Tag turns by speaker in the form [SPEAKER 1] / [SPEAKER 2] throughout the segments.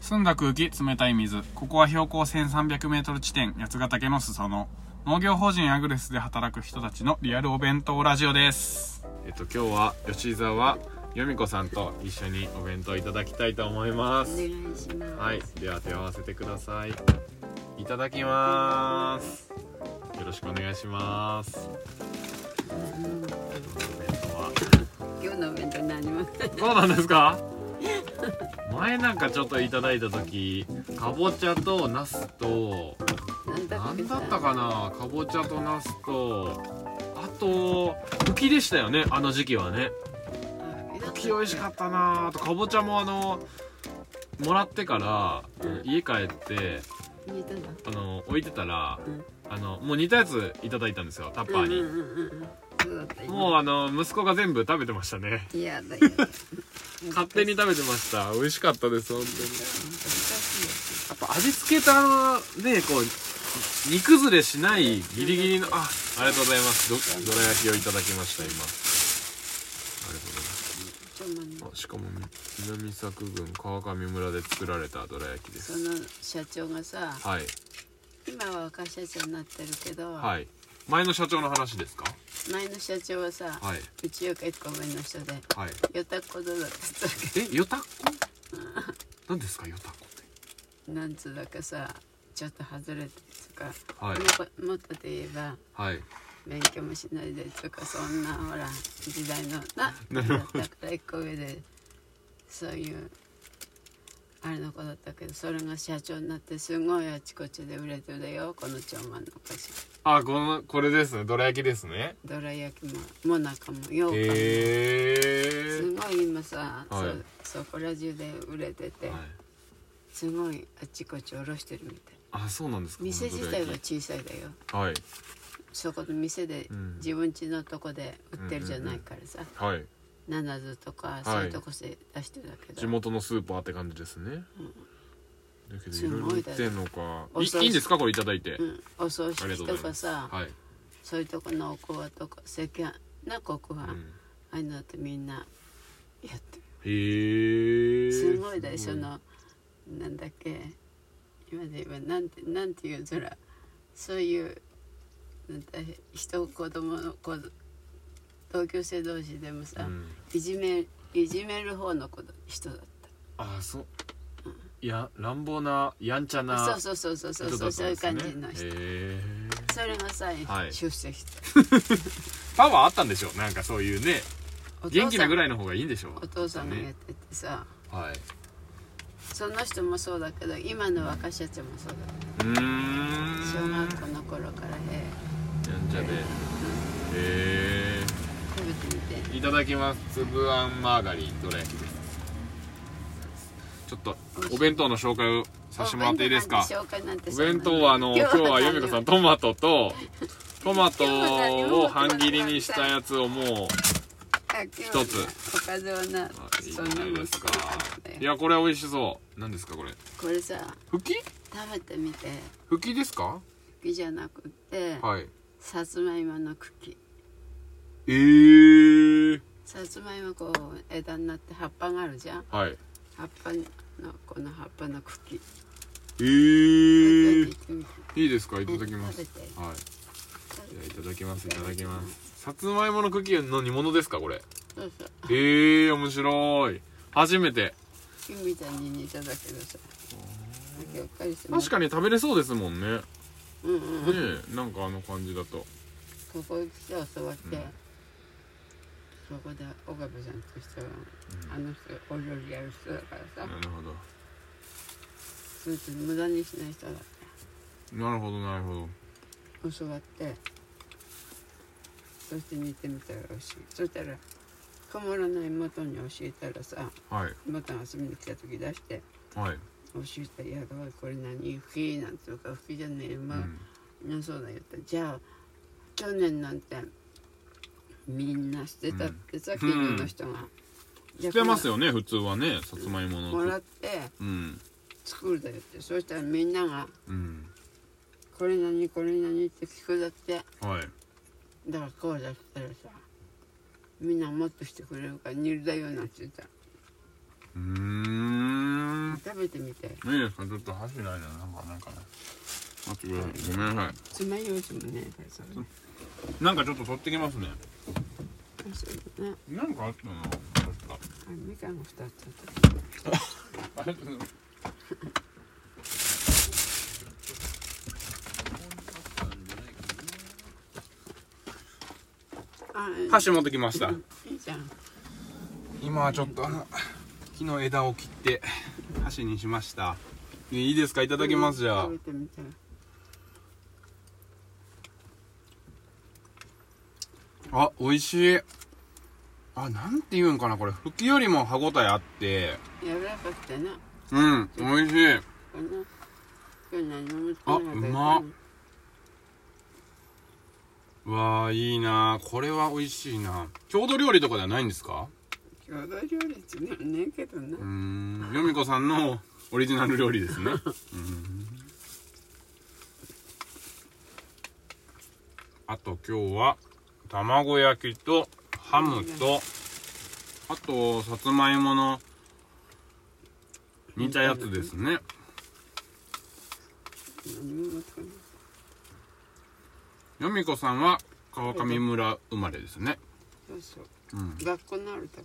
[SPEAKER 1] 澄んだ空気、冷たい水。ここは標高1300メートル地点、八ヶ岳の裾野。農業法人アグレスで働く人たちのリアルお弁当ラジオです。
[SPEAKER 2] えっと今日は吉沢由美子さんと一緒にお弁当いただきたいと思いま
[SPEAKER 3] お
[SPEAKER 2] す。
[SPEAKER 3] 願いします。
[SPEAKER 2] はい、では手を合わせてください。いただきます。よろしくお願いします。お弁当は
[SPEAKER 3] 今日のお弁当何も。
[SPEAKER 2] そうなんですか？前なんかちょっといただいた時、かぼちゃとナスと
[SPEAKER 3] なんだ
[SPEAKER 2] なんだったかな、かぼちゃとナスとあと茎でしたよね、あの時期はね。き美味しか
[SPEAKER 3] っ
[SPEAKER 2] ったなあとかぼちゃもあのもらってから
[SPEAKER 3] うん
[SPEAKER 2] 家帰って
[SPEAKER 3] た。似たんだ。
[SPEAKER 2] あの置いてたら
[SPEAKER 3] うん
[SPEAKER 2] あのもう似たやついただいたんですよタッパー
[SPEAKER 3] う
[SPEAKER 2] に
[SPEAKER 3] んうんうんうん。そうだった。
[SPEAKER 2] もうあの息子が全部食べてましたね
[SPEAKER 3] う。いやだいやだ。
[SPEAKER 2] 勝手に
[SPEAKER 3] だ。
[SPEAKER 2] 食べてました美味しかったです本当にやっぱ
[SPEAKER 3] 難
[SPEAKER 2] 味付けたねこう煮崩れしないギリギリのあありがとうございますどどら焼きをいただきました今ありがとうございます
[SPEAKER 3] しいよ。
[SPEAKER 2] あしかも南作郡川上村で作られたどら焼きで
[SPEAKER 3] そ
[SPEAKER 2] す
[SPEAKER 3] の社長がさ、
[SPEAKER 2] はい
[SPEAKER 3] 今は若社長になってるけど、
[SPEAKER 2] はい。前の社長の話ですか。
[SPEAKER 3] 前の社長はさ、
[SPEAKER 2] はい。
[SPEAKER 3] うちより結構上の人で、
[SPEAKER 2] はい。
[SPEAKER 3] よたこどだったっ
[SPEAKER 2] え、よたこ。何ですか、よたこっ
[SPEAKER 3] け、なんつうだかさ、ちょっと外れてとか、
[SPEAKER 2] て。はい。
[SPEAKER 3] ももっとで言えば。
[SPEAKER 2] はい。
[SPEAKER 3] 勉強もしないでとかそんなほら時代のな
[SPEAKER 2] なるほど
[SPEAKER 3] だから一個上でそういうあれの子だったけどそれが社長になってすごいあちこちで売れてるよこの長万のお菓子
[SPEAKER 2] あ、この、これですね。どら焼きですね。
[SPEAKER 3] どら焼きももなかもようかも、
[SPEAKER 2] へ
[SPEAKER 3] す
[SPEAKER 2] ー
[SPEAKER 3] ごい今さ、
[SPEAKER 2] はい
[SPEAKER 3] そそこら中で売れてて、
[SPEAKER 2] はい。
[SPEAKER 3] すごいあちこちおろしてるみたい
[SPEAKER 2] あ、そうなんですか。
[SPEAKER 3] 店
[SPEAKER 2] この
[SPEAKER 3] 自
[SPEAKER 2] どら
[SPEAKER 3] 体
[SPEAKER 2] 焼
[SPEAKER 3] は
[SPEAKER 2] き
[SPEAKER 3] 小さいだよ
[SPEAKER 2] はい。
[SPEAKER 3] そこの店で
[SPEAKER 2] うん
[SPEAKER 3] 自分家のとこで売ってるじゃないからさ、
[SPEAKER 2] はい。
[SPEAKER 3] ナナズとかそういうとこで出してるんだけど、
[SPEAKER 2] 地元のスーパーって感じですね。だけど、いろいろ売ってんのか。
[SPEAKER 3] お
[SPEAKER 2] い
[SPEAKER 3] 寿司
[SPEAKER 2] いいんですか、これいただいて
[SPEAKER 3] う。ん、お葬
[SPEAKER 2] ありがと
[SPEAKER 3] 式
[SPEAKER 2] うご
[SPEAKER 3] と
[SPEAKER 2] ざい
[SPEAKER 3] か
[SPEAKER 2] ます
[SPEAKER 3] さ、
[SPEAKER 2] はい。
[SPEAKER 3] そういうとこのおこわとか赤飯な国
[SPEAKER 2] う
[SPEAKER 3] 飯、あ
[SPEAKER 2] ん
[SPEAKER 3] あいうのってみんなやって
[SPEAKER 2] へー
[SPEAKER 3] るすごいだよそ
[SPEAKER 2] ごい
[SPEAKER 3] のなんだっけ今で言えばなんてなんていうそらそういうなんだ人子供の子同級生同士でもさ、
[SPEAKER 2] うん
[SPEAKER 3] いじめいじめる方の子だ人だっ
[SPEAKER 2] あ、そう。いや、乱暴な、やんちゃ
[SPEAKER 3] た
[SPEAKER 2] な
[SPEAKER 3] そう。そうそうそうそう
[SPEAKER 2] 人
[SPEAKER 3] そ
[SPEAKER 2] だ
[SPEAKER 3] う、
[SPEAKER 2] った
[SPEAKER 3] い
[SPEAKER 2] んで
[SPEAKER 3] う
[SPEAKER 2] すね
[SPEAKER 3] 感じの人
[SPEAKER 2] へー
[SPEAKER 3] それがさ、
[SPEAKER 2] はい
[SPEAKER 3] 出世して
[SPEAKER 2] パワーあったんでしょなんかそういうね
[SPEAKER 3] お父さん
[SPEAKER 2] 元気なぐらいの方がいいんでしょ
[SPEAKER 3] お父さんがやっててさ
[SPEAKER 2] はい
[SPEAKER 3] その人もそうだけど今の若社長もそうだ
[SPEAKER 2] うーん
[SPEAKER 3] 小学校の頃からへ
[SPEAKER 2] やんちゃでへえ
[SPEAKER 3] 食べてみて
[SPEAKER 2] いただきます粒あんマーガリンどれですちょっとお弁当の紹介をさせてもらっていいですか
[SPEAKER 3] お弁当なんて
[SPEAKER 2] お
[SPEAKER 3] 紹介なん
[SPEAKER 2] 弁
[SPEAKER 3] てそんな
[SPEAKER 2] 当はあの今日は由美子さんトマトとトマト
[SPEAKER 3] 今日は何
[SPEAKER 2] を
[SPEAKER 3] も
[SPEAKER 2] 半切りにしたやつをもう一つ
[SPEAKER 3] おかずはな
[SPEAKER 2] あいいじ
[SPEAKER 3] そ
[SPEAKER 2] ゃ
[SPEAKER 3] んな
[SPEAKER 2] ない
[SPEAKER 3] も
[SPEAKER 2] で
[SPEAKER 3] ん
[SPEAKER 2] す
[SPEAKER 3] す
[SPEAKER 2] か
[SPEAKER 3] か
[SPEAKER 2] いやこれ美味しそう何ですかこれ
[SPEAKER 3] これさ
[SPEAKER 2] ふき
[SPEAKER 3] 食べてみて
[SPEAKER 2] ふきですか
[SPEAKER 3] 茎じゃなくて
[SPEAKER 2] はい
[SPEAKER 3] さつまいもの茎
[SPEAKER 2] えー、
[SPEAKER 3] さつまいもこう枝になって葉っぱがあるじゃん
[SPEAKER 2] はい
[SPEAKER 3] 葉っぱのこの葉っぱの茎
[SPEAKER 2] え
[SPEAKER 3] 食
[SPEAKER 2] ー
[SPEAKER 3] べ、てみて
[SPEAKER 2] いいですかいただきます
[SPEAKER 3] 食べて
[SPEAKER 2] はいじゃあいただきますいただきますさつまいもの茎の煮物ですかこれ
[SPEAKER 3] そうそう
[SPEAKER 2] えー、面白い初めて
[SPEAKER 3] 金みたいに似ただけどさなんかうっかりして
[SPEAKER 2] 確かに食べれそうですもんねね
[SPEAKER 3] にうんうん
[SPEAKER 2] えなんかあの感じだと
[SPEAKER 3] ここへ来て教わって、
[SPEAKER 2] うん
[SPEAKER 3] そこで岡部さんとしては、あの人お料理やる人だから
[SPEAKER 2] な
[SPEAKER 3] さ、
[SPEAKER 2] るほど
[SPEAKER 3] そうやって無駄にしない人だから
[SPEAKER 2] なるほどなるほど
[SPEAKER 3] 教わってそして煮てみたら美味しいそしたら変わらない元に教えたらさ
[SPEAKER 2] はい
[SPEAKER 3] 元が遊びに来た時出して
[SPEAKER 2] はい、
[SPEAKER 3] 教えたら「いやばいこれ何吹き」なんて言うから吹きじゃねえまあ、
[SPEAKER 2] うん
[SPEAKER 3] みんなそうだよってじゃあ去年なんてみんなしてたってさ、近所の人が、じゃ
[SPEAKER 2] 捨
[SPEAKER 3] あ
[SPEAKER 2] てますよね普通はねさつまいもの
[SPEAKER 3] もらって
[SPEAKER 2] うん
[SPEAKER 3] 作るだよってそしたらみんなが
[SPEAKER 2] うん
[SPEAKER 3] 「これ何これ何?」って聞くだって
[SPEAKER 2] はい
[SPEAKER 3] だからこうだったらさみんなもっとしてくれるから煮るだよなんて言った
[SPEAKER 2] うーん
[SPEAKER 3] だ食べてみて
[SPEAKER 2] いいですかちょっと箸ないななんかなんかね待ってくださいごめんなさ
[SPEAKER 4] つまようじもねやっぱりそれね
[SPEAKER 2] いなんかちょっと取ってきますね
[SPEAKER 4] あそうだね
[SPEAKER 2] なんかあったな
[SPEAKER 4] あみかんも2つあっ
[SPEAKER 2] あれうん
[SPEAKER 3] あ
[SPEAKER 2] 箸持ってきました
[SPEAKER 3] いいじゃん
[SPEAKER 2] 今はちょっとあの木の枝を切って箸にしましたねいいですかいた
[SPEAKER 3] い
[SPEAKER 2] だきますじゃあ
[SPEAKER 3] 食べてみて
[SPEAKER 2] あ美味しいあなんて言うんかなこれふきよりも歯ごたえあって
[SPEAKER 3] 柔らかくてな
[SPEAKER 2] うん美味しい
[SPEAKER 3] こんな今日何も持ってなかったけど
[SPEAKER 2] あうまわあいいなこれは美味しいな郷土料理とかではないんですか
[SPEAKER 3] 郷土料理じゃねえけどな
[SPEAKER 2] うーんよみこさんのオリジナル料理です ねうんあと今日は卵焼きとハムとあとさつまいもの煮たやつですね
[SPEAKER 3] 何も持ってこない
[SPEAKER 2] よみこさんは川上村生まれですね
[SPEAKER 3] そうそう
[SPEAKER 2] うん
[SPEAKER 3] 学校のあるとこ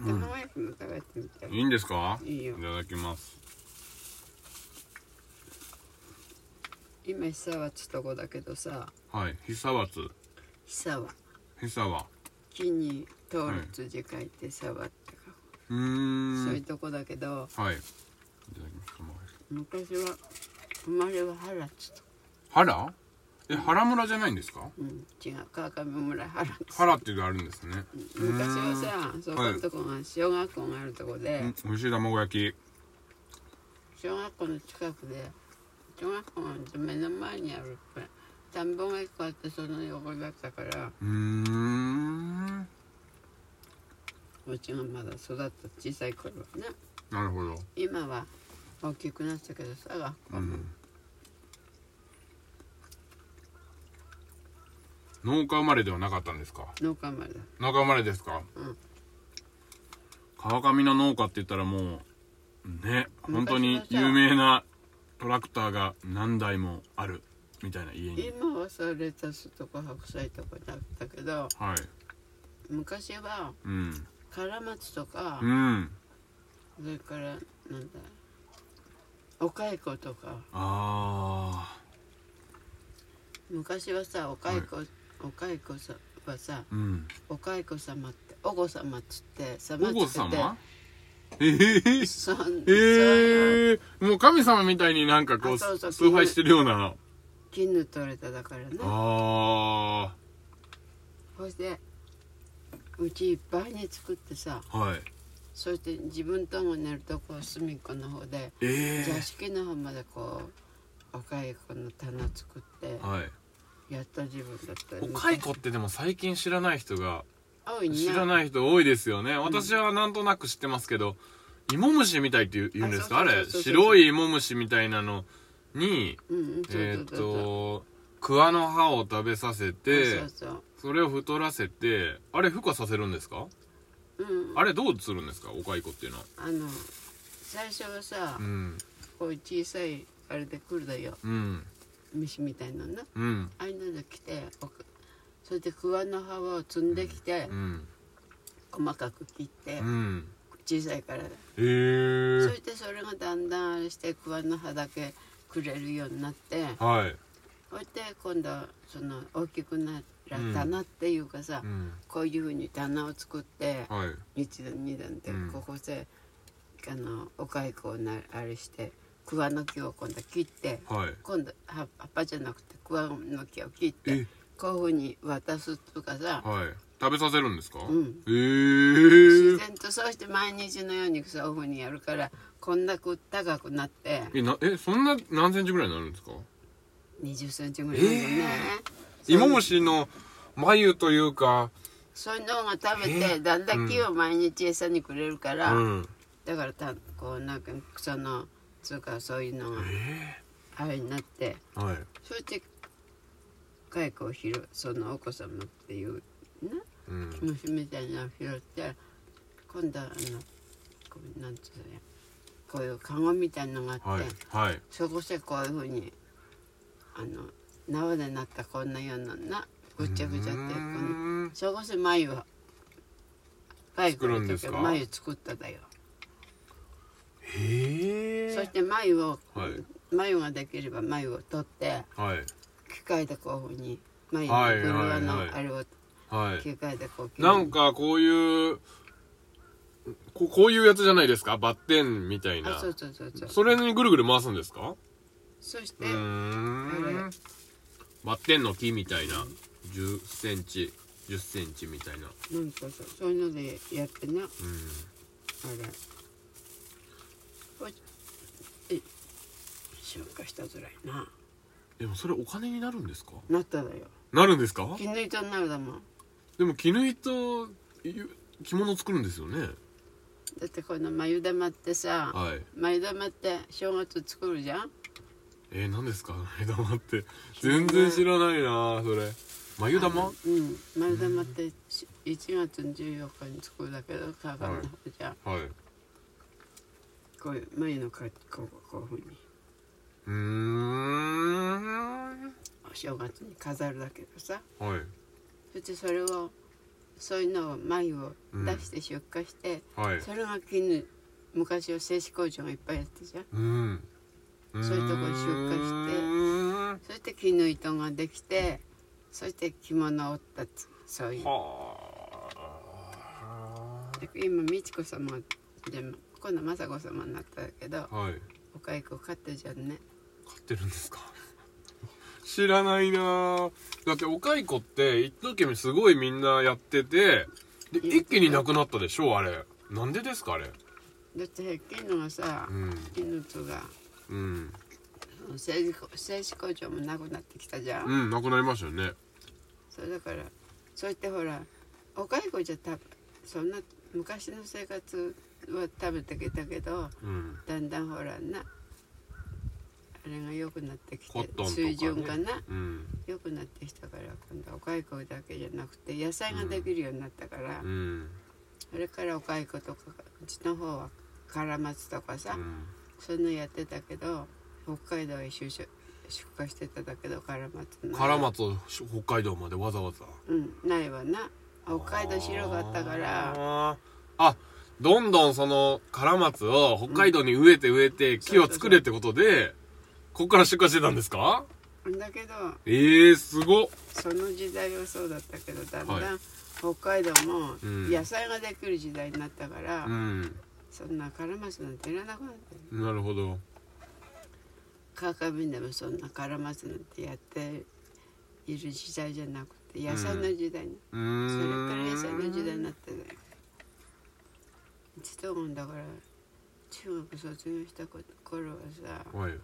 [SPEAKER 3] ろ
[SPEAKER 2] うん
[SPEAKER 3] 卵焼きも食べてみて
[SPEAKER 2] いいんですか
[SPEAKER 3] いい
[SPEAKER 2] い
[SPEAKER 3] よ
[SPEAKER 2] ただきます
[SPEAKER 3] 今久はちとこだけどさ
[SPEAKER 2] はい久松
[SPEAKER 3] 久は
[SPEAKER 2] 久は
[SPEAKER 3] 木に通る筋書いて沢ってか、
[SPEAKER 2] うーん
[SPEAKER 3] そう
[SPEAKER 2] はいいう
[SPEAKER 3] とこだけど
[SPEAKER 2] ただきます卵焼き
[SPEAKER 3] 昔は生まれは原地と、
[SPEAKER 2] 原え原村じゃないんですか
[SPEAKER 3] うん、違う川上村原地
[SPEAKER 2] 原っていうのあるんですね、
[SPEAKER 3] 昔はさそこのとこが小学校があるとこで、
[SPEAKER 2] うん、美味しい卵焼き
[SPEAKER 3] 小学校の近くで小学校の目の前にある田んぼが一個あってその横だったから
[SPEAKER 2] うーん
[SPEAKER 3] うちがまだ育った小さい頃はね
[SPEAKER 2] なるほど
[SPEAKER 3] 今は大きくなったけどさ学校
[SPEAKER 2] う
[SPEAKER 3] も、
[SPEAKER 2] ん農家生まれではなかったんですか
[SPEAKER 3] 農家まで
[SPEAKER 2] 農家生まれですか、
[SPEAKER 3] うん
[SPEAKER 2] 川上の農家って言ったらもうね本当に
[SPEAKER 3] 昔はさ
[SPEAKER 2] 有名なトラクターが何台もあるみたいな家に
[SPEAKER 3] 今はさレタスとか白菜とかだったけど
[SPEAKER 2] はい
[SPEAKER 3] 昔は
[SPEAKER 2] うん
[SPEAKER 3] カラマツとか、
[SPEAKER 2] うん
[SPEAKER 3] それからなんだお蚕とか
[SPEAKER 2] あ
[SPEAKER 3] 昔はさお蚕、お蚕さはさ
[SPEAKER 2] ーうん
[SPEAKER 3] お蚕様っておご様っつって様
[SPEAKER 2] お子
[SPEAKER 3] つけて
[SPEAKER 2] 様えー、
[SPEAKER 3] そ
[SPEAKER 2] え
[SPEAKER 3] んそう
[SPEAKER 2] ー、もう神様みたいになんかこう
[SPEAKER 3] あそうそう
[SPEAKER 2] 崇拝してるような
[SPEAKER 3] 絹取れただからね
[SPEAKER 2] あ
[SPEAKER 3] そしてうちいっぱいに作ってさ
[SPEAKER 2] ーはい
[SPEAKER 3] そして自分とも寝るとこ隅っこの方で
[SPEAKER 2] え
[SPEAKER 3] 座敷の方までこう若い子の棚作って
[SPEAKER 2] ー、はい
[SPEAKER 3] やった自分だった
[SPEAKER 2] お蚕ってでも最近知らない人が
[SPEAKER 3] 青いね
[SPEAKER 2] 知らない人多いですよね私はなんとなく知ってますけど芋虫みたいって言う言うんですかあ
[SPEAKER 3] あそうそ
[SPEAKER 2] れ
[SPEAKER 3] うそうそう
[SPEAKER 2] 白い芋虫みたいなのに
[SPEAKER 3] うんうんそう
[SPEAKER 2] えー
[SPEAKER 3] そ
[SPEAKER 2] っ
[SPEAKER 3] うそうそう
[SPEAKER 2] と桑の葉を食べさせて
[SPEAKER 3] そうそう
[SPEAKER 2] それを太らせてあれ孵化させるんですか
[SPEAKER 3] そううん
[SPEAKER 2] あれどうするんですかお蚕っていうのは
[SPEAKER 3] あの最初はさ
[SPEAKER 2] うん
[SPEAKER 3] こういう小さいあれで来るだよ
[SPEAKER 2] うん
[SPEAKER 3] 虫みたいなのな
[SPEAKER 2] うん
[SPEAKER 3] ああいうので来ておくそれで桑の葉を摘んできて
[SPEAKER 2] う、ん
[SPEAKER 3] 細かく切って、
[SPEAKER 2] うん
[SPEAKER 3] 小さいから
[SPEAKER 2] へえ
[SPEAKER 3] そしてそれがだんだんあれして桑の葉だけくれるようになって
[SPEAKER 2] はい、
[SPEAKER 3] そして今度はその大きくなら棚っていうかさ、
[SPEAKER 2] うん、
[SPEAKER 3] こういうふうに棚を作って
[SPEAKER 2] はい
[SPEAKER 3] 一段二段って
[SPEAKER 2] うん
[SPEAKER 3] ここで、あのお蚕をなあれして桑の木を今度切って
[SPEAKER 2] はい
[SPEAKER 3] 今度葉葉っぱじゃなくて桑の木を切って
[SPEAKER 2] え
[SPEAKER 3] こういうふうに渡すとかさ、
[SPEAKER 2] はい食べさせるんですか、
[SPEAKER 3] うん
[SPEAKER 2] ええ
[SPEAKER 3] 自
[SPEAKER 2] ー、
[SPEAKER 3] 然とそうして毎日のようにそういうふうにやるからこんなく高くなって
[SPEAKER 2] えなえそんな何センチぐらいになるんですか
[SPEAKER 3] 2 0ンチぐらいだね、
[SPEAKER 2] イモムシの眉というか
[SPEAKER 3] そういうのが食べてだんだん木を毎日餌にくれるから、
[SPEAKER 2] うん
[SPEAKER 3] だからたこうなんか草のつうかそういうのが
[SPEAKER 2] え
[SPEAKER 3] あれになって
[SPEAKER 2] えはい
[SPEAKER 3] そして蚕を拾うそのお子様っていうね
[SPEAKER 2] うん
[SPEAKER 3] 虫みたいなのを拾って今度はあのこうなんつうのやこういう籠みたいなのがあって、
[SPEAKER 2] はいはい
[SPEAKER 3] そこしてこういうふうにあの縄でなったこんなようななぐっちゃぐちゃってこ
[SPEAKER 2] う
[SPEAKER 3] の
[SPEAKER 2] ーん
[SPEAKER 3] そこして眉はバイク
[SPEAKER 2] 作るん
[SPEAKER 3] の
[SPEAKER 2] です
[SPEAKER 3] 時
[SPEAKER 2] か
[SPEAKER 3] は眉作っただよ
[SPEAKER 2] へ
[SPEAKER 3] そし
[SPEAKER 2] え
[SPEAKER 3] て眉を
[SPEAKER 2] はい
[SPEAKER 3] 眉ができれば眉を取って
[SPEAKER 2] はい
[SPEAKER 3] 機械でこういうふうに眉
[SPEAKER 2] は
[SPEAKER 3] の
[SPEAKER 2] い
[SPEAKER 3] 車
[SPEAKER 2] はいはい
[SPEAKER 3] のあれを
[SPEAKER 2] はい
[SPEAKER 3] 機械でこう切る
[SPEAKER 2] なんかこういうここういうやつじゃないですかバッテンみたいな
[SPEAKER 3] あそうそうそうそう
[SPEAKER 2] それにぐるぐる回すんですか
[SPEAKER 3] そし
[SPEAKER 2] う
[SPEAKER 3] て
[SPEAKER 2] ーんバッテンの木みたいな1 0ンチ1 0ンチみたいな
[SPEAKER 3] なんかさそういうのでやってな
[SPEAKER 2] うん
[SPEAKER 3] あれほいえ消化したづらいな
[SPEAKER 2] でもそれお金になるんですか
[SPEAKER 3] なっただよ
[SPEAKER 2] なるんですか
[SPEAKER 3] 気抜いたになるだもん
[SPEAKER 2] でも絹糸ゆ着物作るんですよね
[SPEAKER 3] だってこの眉玉ってさ
[SPEAKER 2] はい
[SPEAKER 3] 眉玉って正月作るじゃん
[SPEAKER 2] えー、何ですか眉玉って全然知らないなそれ眉玉
[SPEAKER 3] うん眉玉ってし1月14日に作るだけど鏡の方じゃん、
[SPEAKER 2] はい
[SPEAKER 3] こういう眉のかこうこういうふうに
[SPEAKER 2] うーん
[SPEAKER 3] お正月に飾るだけどさ
[SPEAKER 2] はい
[SPEAKER 3] そしてそれをそういうのを眉を出して出荷して、
[SPEAKER 2] はい
[SPEAKER 3] それが絹昔は製紙工場がいっぱいやってじゃん
[SPEAKER 2] うんそう
[SPEAKER 3] いうとこに出荷してそして絹糸ができてそして着物を織ったつそういう
[SPEAKER 2] は
[SPEAKER 3] だから今美智子様でも今度雅子様になったけど
[SPEAKER 2] あはい
[SPEAKER 3] お蚕を飼ってるじゃんね
[SPEAKER 2] 買ってるんですか 知らないなぁだってお蚕って一時すごいみんなやっててで一気になくなったでしょあれなんでですかあれ
[SPEAKER 3] だって平均のがさ
[SPEAKER 2] うん
[SPEAKER 3] 絹糸が
[SPEAKER 2] うん
[SPEAKER 3] その製紙製紙工場もなくなってきたじゃん、
[SPEAKER 2] うんなくなりましたよね
[SPEAKER 3] それだからそうやってほらお蚕じゃ多分そんな昔の生活は食べてきたけど
[SPEAKER 2] うん
[SPEAKER 3] だんだんほらなあれが良くなってき
[SPEAKER 2] コ
[SPEAKER 3] て、
[SPEAKER 2] ットンとかね
[SPEAKER 3] 水準がな
[SPEAKER 2] うん
[SPEAKER 3] 良くなってきたから今度はお蚕だけじゃなくて野菜ができるようになったから、
[SPEAKER 2] うん
[SPEAKER 3] それからお蚕とかうちの方はカラマツとかさ、
[SPEAKER 2] うん
[SPEAKER 3] そんなやってたけど北海道へ就職出荷してただけどカラマツの
[SPEAKER 2] カラマツを北海道までわざわざ
[SPEAKER 3] うんないわな北海道白かったから
[SPEAKER 2] あーあどんどんそのカラマツを北海道に植えて植えて木を作れってことでこっから出荷してたんですか
[SPEAKER 3] だけど
[SPEAKER 2] ええー、すごっ
[SPEAKER 3] その時代はそうだったけどだんだん、
[SPEAKER 2] は
[SPEAKER 3] 北海道も
[SPEAKER 2] うん
[SPEAKER 3] 野菜ができる時代になったから、
[SPEAKER 2] うん
[SPEAKER 3] そんなカラマツなんていらなくなって
[SPEAKER 2] なるほど
[SPEAKER 3] 川上でもそんな絡まずなんてやっている時代じゃなくて野菜の時代に、
[SPEAKER 2] うーん
[SPEAKER 3] それから野菜の時代になってね一度もだから中学卒業した頃はさ
[SPEAKER 2] はい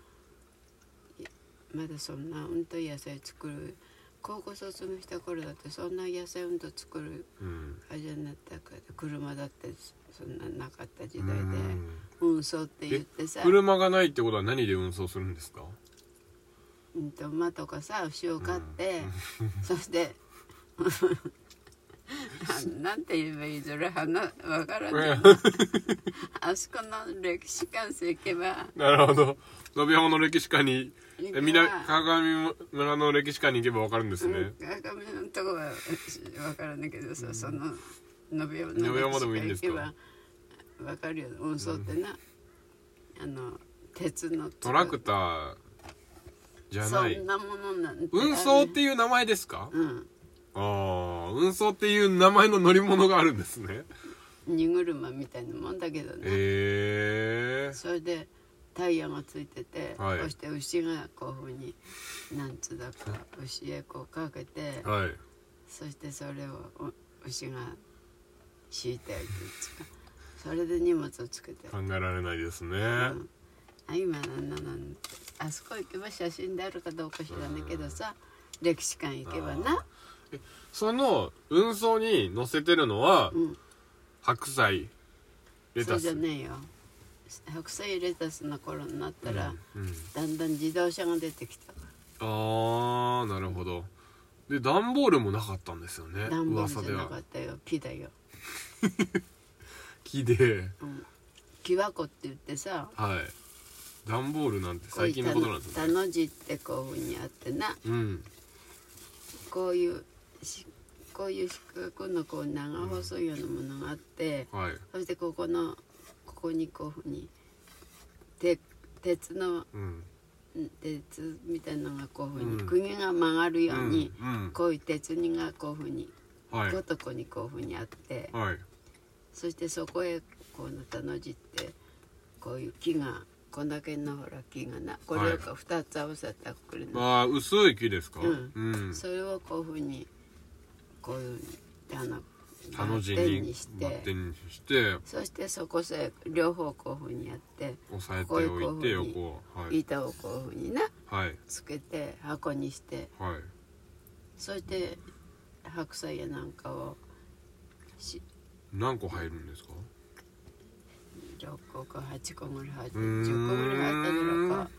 [SPEAKER 3] まだそんなうんと野菜作る高校卒業した頃だってそんな野菜うんと作る
[SPEAKER 2] うん
[SPEAKER 3] あれじゃなったから車だってそんななかった時
[SPEAKER 2] う
[SPEAKER 3] 代で
[SPEAKER 2] ん
[SPEAKER 3] 運送って言ってさ
[SPEAKER 2] 車がないってことは何で運送するんですか
[SPEAKER 3] うんと馬とかさ牛を飼って、そして あなんて言えばいいぞら花わからんじゃんあそこの歴史館行けば
[SPEAKER 2] なるほど延山の歴史館に
[SPEAKER 3] 行け
[SPEAKER 2] え
[SPEAKER 3] ば
[SPEAKER 2] 南鏡村の歴史館に行けばわかるんですね
[SPEAKER 3] うん川上のとこはわからんだけどさ、その延山
[SPEAKER 2] 延山でもいいん
[SPEAKER 3] 歴
[SPEAKER 2] ですか
[SPEAKER 3] 史館行けばわかるよ運送ってな、あの鉄の
[SPEAKER 2] トラクターじゃない
[SPEAKER 3] そんなものなんて
[SPEAKER 2] 運送っていう名前ですか
[SPEAKER 3] うん
[SPEAKER 2] ああ運送っていう名前の乗り物があるんですね
[SPEAKER 3] 荷車みたいなもんだけどね、
[SPEAKER 2] ええ
[SPEAKER 3] それでタイヤがついてて、
[SPEAKER 2] はい
[SPEAKER 3] そして牛がこういうふうになんつうだか牛へこうかけて、
[SPEAKER 2] はい
[SPEAKER 3] そしてそれをお牛が敷いてっていうんですかそれで荷物をつけて、
[SPEAKER 2] 考えられないですね、
[SPEAKER 3] うんあ今なんななんてあそこ行けば写真であるかどうか知らないけどさ、歴史館行けばな、
[SPEAKER 2] その運送に乗せてるのは
[SPEAKER 3] うん、
[SPEAKER 2] 白菜レ
[SPEAKER 3] そ
[SPEAKER 2] タ
[SPEAKER 3] うじゃ
[SPEAKER 2] ス
[SPEAKER 3] ねえよ白菜レタスの頃になったら、
[SPEAKER 2] うん
[SPEAKER 3] だんだん自動車が出てきたから
[SPEAKER 2] ああなるほどで段ボールもなかったんですよね
[SPEAKER 3] 段ボー
[SPEAKER 2] 噂
[SPEAKER 3] ル
[SPEAKER 2] で
[SPEAKER 3] じゃなか
[SPEAKER 2] は
[SPEAKER 3] ったよ木だよ
[SPEAKER 2] 木で
[SPEAKER 3] うん木箱って言ってさ
[SPEAKER 2] はい段ボールなんて最近のことなんです
[SPEAKER 3] た
[SPEAKER 2] ね
[SPEAKER 3] の字ってこういうふうにあってな
[SPEAKER 2] うん
[SPEAKER 3] こういうしこういう四角のこう長細いようなものがあって、
[SPEAKER 2] はい
[SPEAKER 3] そしてここのここにこういうふうに鉄鉄の
[SPEAKER 2] うん
[SPEAKER 3] ん鉄みたいなのがこういうふうに、
[SPEAKER 2] うん
[SPEAKER 3] 釘が曲がるように、
[SPEAKER 2] うん
[SPEAKER 3] こういう鉄にがこういうふうに、
[SPEAKER 2] うんはい
[SPEAKER 3] ごとこにこういうふうにあって、
[SPEAKER 2] はい
[SPEAKER 3] そしてそこへこのたの字ってこういう木がこんだけのほら木がなこれをこう2つ合わせたくるの、
[SPEAKER 2] ああ薄い木ですか
[SPEAKER 3] うん
[SPEAKER 2] うん
[SPEAKER 3] それをこういうふうにこういうふうにあの
[SPEAKER 2] ハの字
[SPEAKER 3] バッテン
[SPEAKER 2] に
[SPEAKER 3] し
[SPEAKER 2] バッテ
[SPEAKER 3] て
[SPEAKER 2] ンにして
[SPEAKER 3] そしてそこさえ両方こういうふうにやって
[SPEAKER 2] 押さえて
[SPEAKER 3] こういうこ
[SPEAKER 2] おいうて
[SPEAKER 3] いうふうに
[SPEAKER 2] 横はい
[SPEAKER 3] 板をこういうふうにな
[SPEAKER 2] はい
[SPEAKER 3] つけて箱にして
[SPEAKER 2] はい
[SPEAKER 3] そして白菜やなんかをし
[SPEAKER 2] 何個入るんですか
[SPEAKER 3] 6個か8個ぐらい入って
[SPEAKER 2] うーん
[SPEAKER 3] 10個ぐらい入ったのか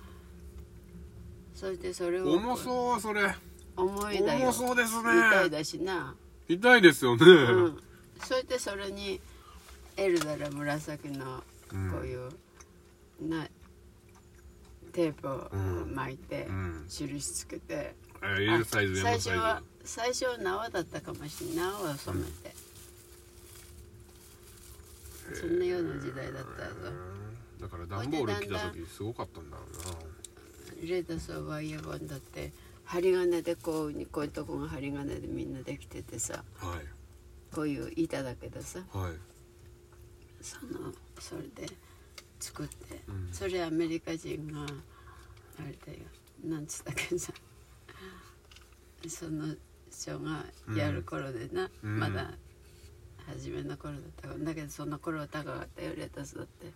[SPEAKER 3] そしてそれを
[SPEAKER 2] 重そうそれ
[SPEAKER 3] 重いだよ
[SPEAKER 2] 重そうですね
[SPEAKER 3] みたいだしな、
[SPEAKER 2] 痛いですよね
[SPEAKER 3] うん、それでそれにエルダラ紫の
[SPEAKER 2] うん
[SPEAKER 3] こういう、なテープを
[SPEAKER 2] うん
[SPEAKER 3] 巻いて、
[SPEAKER 2] うん
[SPEAKER 3] 印つけて、
[SPEAKER 2] えー L サイズ
[SPEAKER 3] あ
[SPEAKER 2] M サ
[SPEAKER 3] 最
[SPEAKER 2] イズ
[SPEAKER 3] 初は最初は縄だったかもしれない縄を染めて、そんなような時代だったぞ
[SPEAKER 2] うんだから段ボール来た時すごかったんだろ
[SPEAKER 3] レーダスはワイヤーボンだって針金でこういうこういうとこが針金でみんなできててさ
[SPEAKER 2] うなはい
[SPEAKER 3] こういう板だけどさ
[SPEAKER 2] はい
[SPEAKER 3] そのそれで作って、
[SPEAKER 2] うん
[SPEAKER 3] それアメリカ人があれだよなんつったっけさその人がやる頃でな、
[SPEAKER 2] うん
[SPEAKER 3] まだ初めの頃だったからだけどその頃は高かったよレタスだって